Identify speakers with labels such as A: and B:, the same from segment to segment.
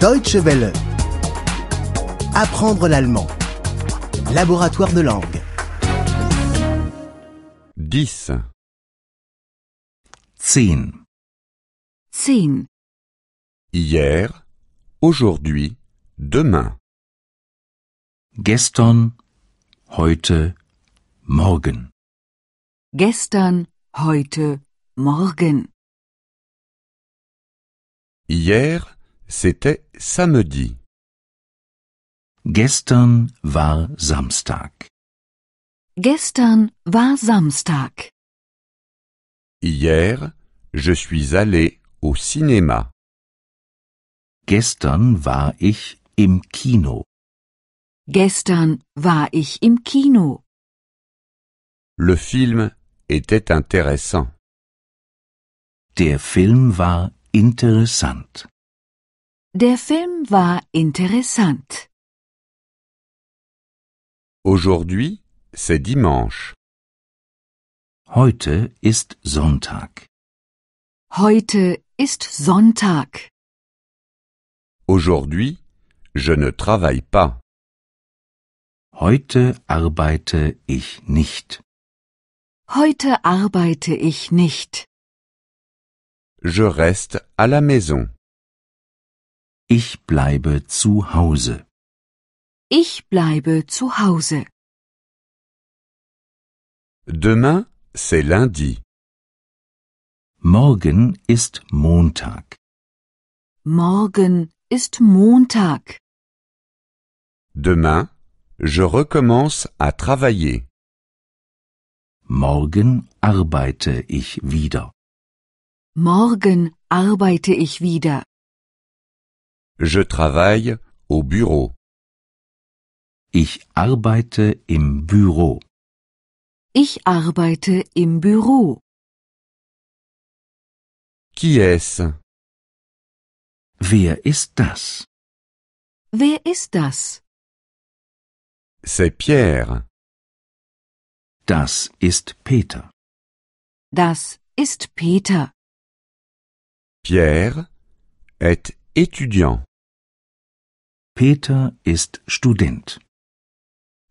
A: Deutsche Welle. Apprendre l'allemand. Laboratoire de langue.
B: 10.
C: 10.
D: 10.
B: Hier, aujourd'hui, demain.
C: Gestern, heute, morgen.
D: Gestern, heute, morgen.
B: Hier, c'était samedi.
C: Gestern war Samstag.
D: Gestern war Samstag.
B: Hier, je suis allé au cinéma.
C: Gestern war ich im Kino.
D: Gestern war ich im Kino.
B: Le film était intéressant.
C: Der Film war interessant.
D: Der Film war interessant.
B: Aujourd'hui, c'est dimanche.
C: Heute ist Sonntag.
D: Heute ist Sonntag.
B: Aujourd'hui, je ne travaille pas.
C: Heute arbeite ich nicht.
D: Heute arbeite ich nicht.
B: Je reste à la maison.
C: Ich bleibe zu Hause.
D: Ich bleibe zu Hause.
B: Demain, c'est lundi.
C: Morgen ist Montag.
D: Morgen ist Montag.
B: Demain, je recommence à travailler.
C: Morgen arbeite ich wieder.
D: Morgen arbeite ich wieder.
B: Je travaille au bureau.
C: Ich arbeite im Büro.
D: Ich arbeite im Büro.
B: Qui est-ce
C: Wer ist das?
D: Wer ist das?
B: C'est Pierre.
C: Das ist Peter.
D: Das ist Peter.
B: Pierre est étudiant.
C: Peter ist Student.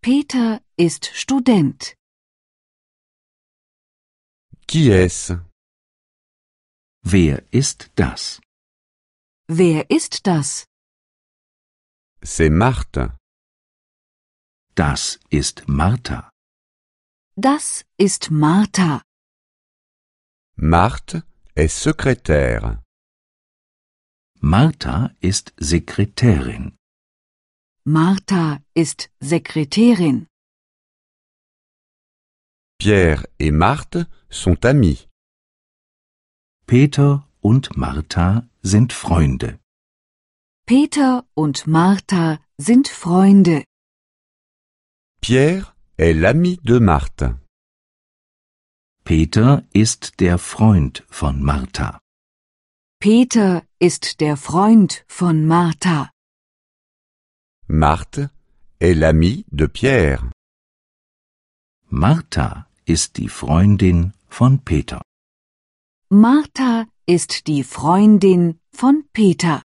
D: Peter ist Student.
B: Qui est-ce
C: Wer ist das?
D: Wer ist das?
B: C'est Marthe.
C: Das ist Martha.
D: Das ist Martha.
B: Marthe est secrétaire.
C: Martha ist Sekretärin.
D: Martha ist Sekretärin.
B: Pierre et Marthe sont amis.
C: Peter und Martha sind Freunde.
D: Peter und Martha sind Freunde.
B: Pierre est l'ami de Marthe.
C: Peter ist der Freund von Martha.
D: Peter ist der Freund von Martha.
B: Marthe est l'amie de Pierre.
C: Martha ist die Freundin von Peter.
D: Martha ist die Freundin von Peter.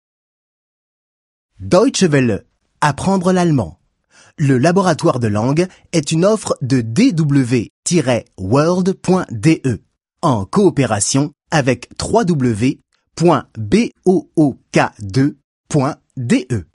A: Deutsche Welle. Apprendre l'allemand. Le laboratoire de langue est une offre de dw-world.de E en coopération avec www.book2.de.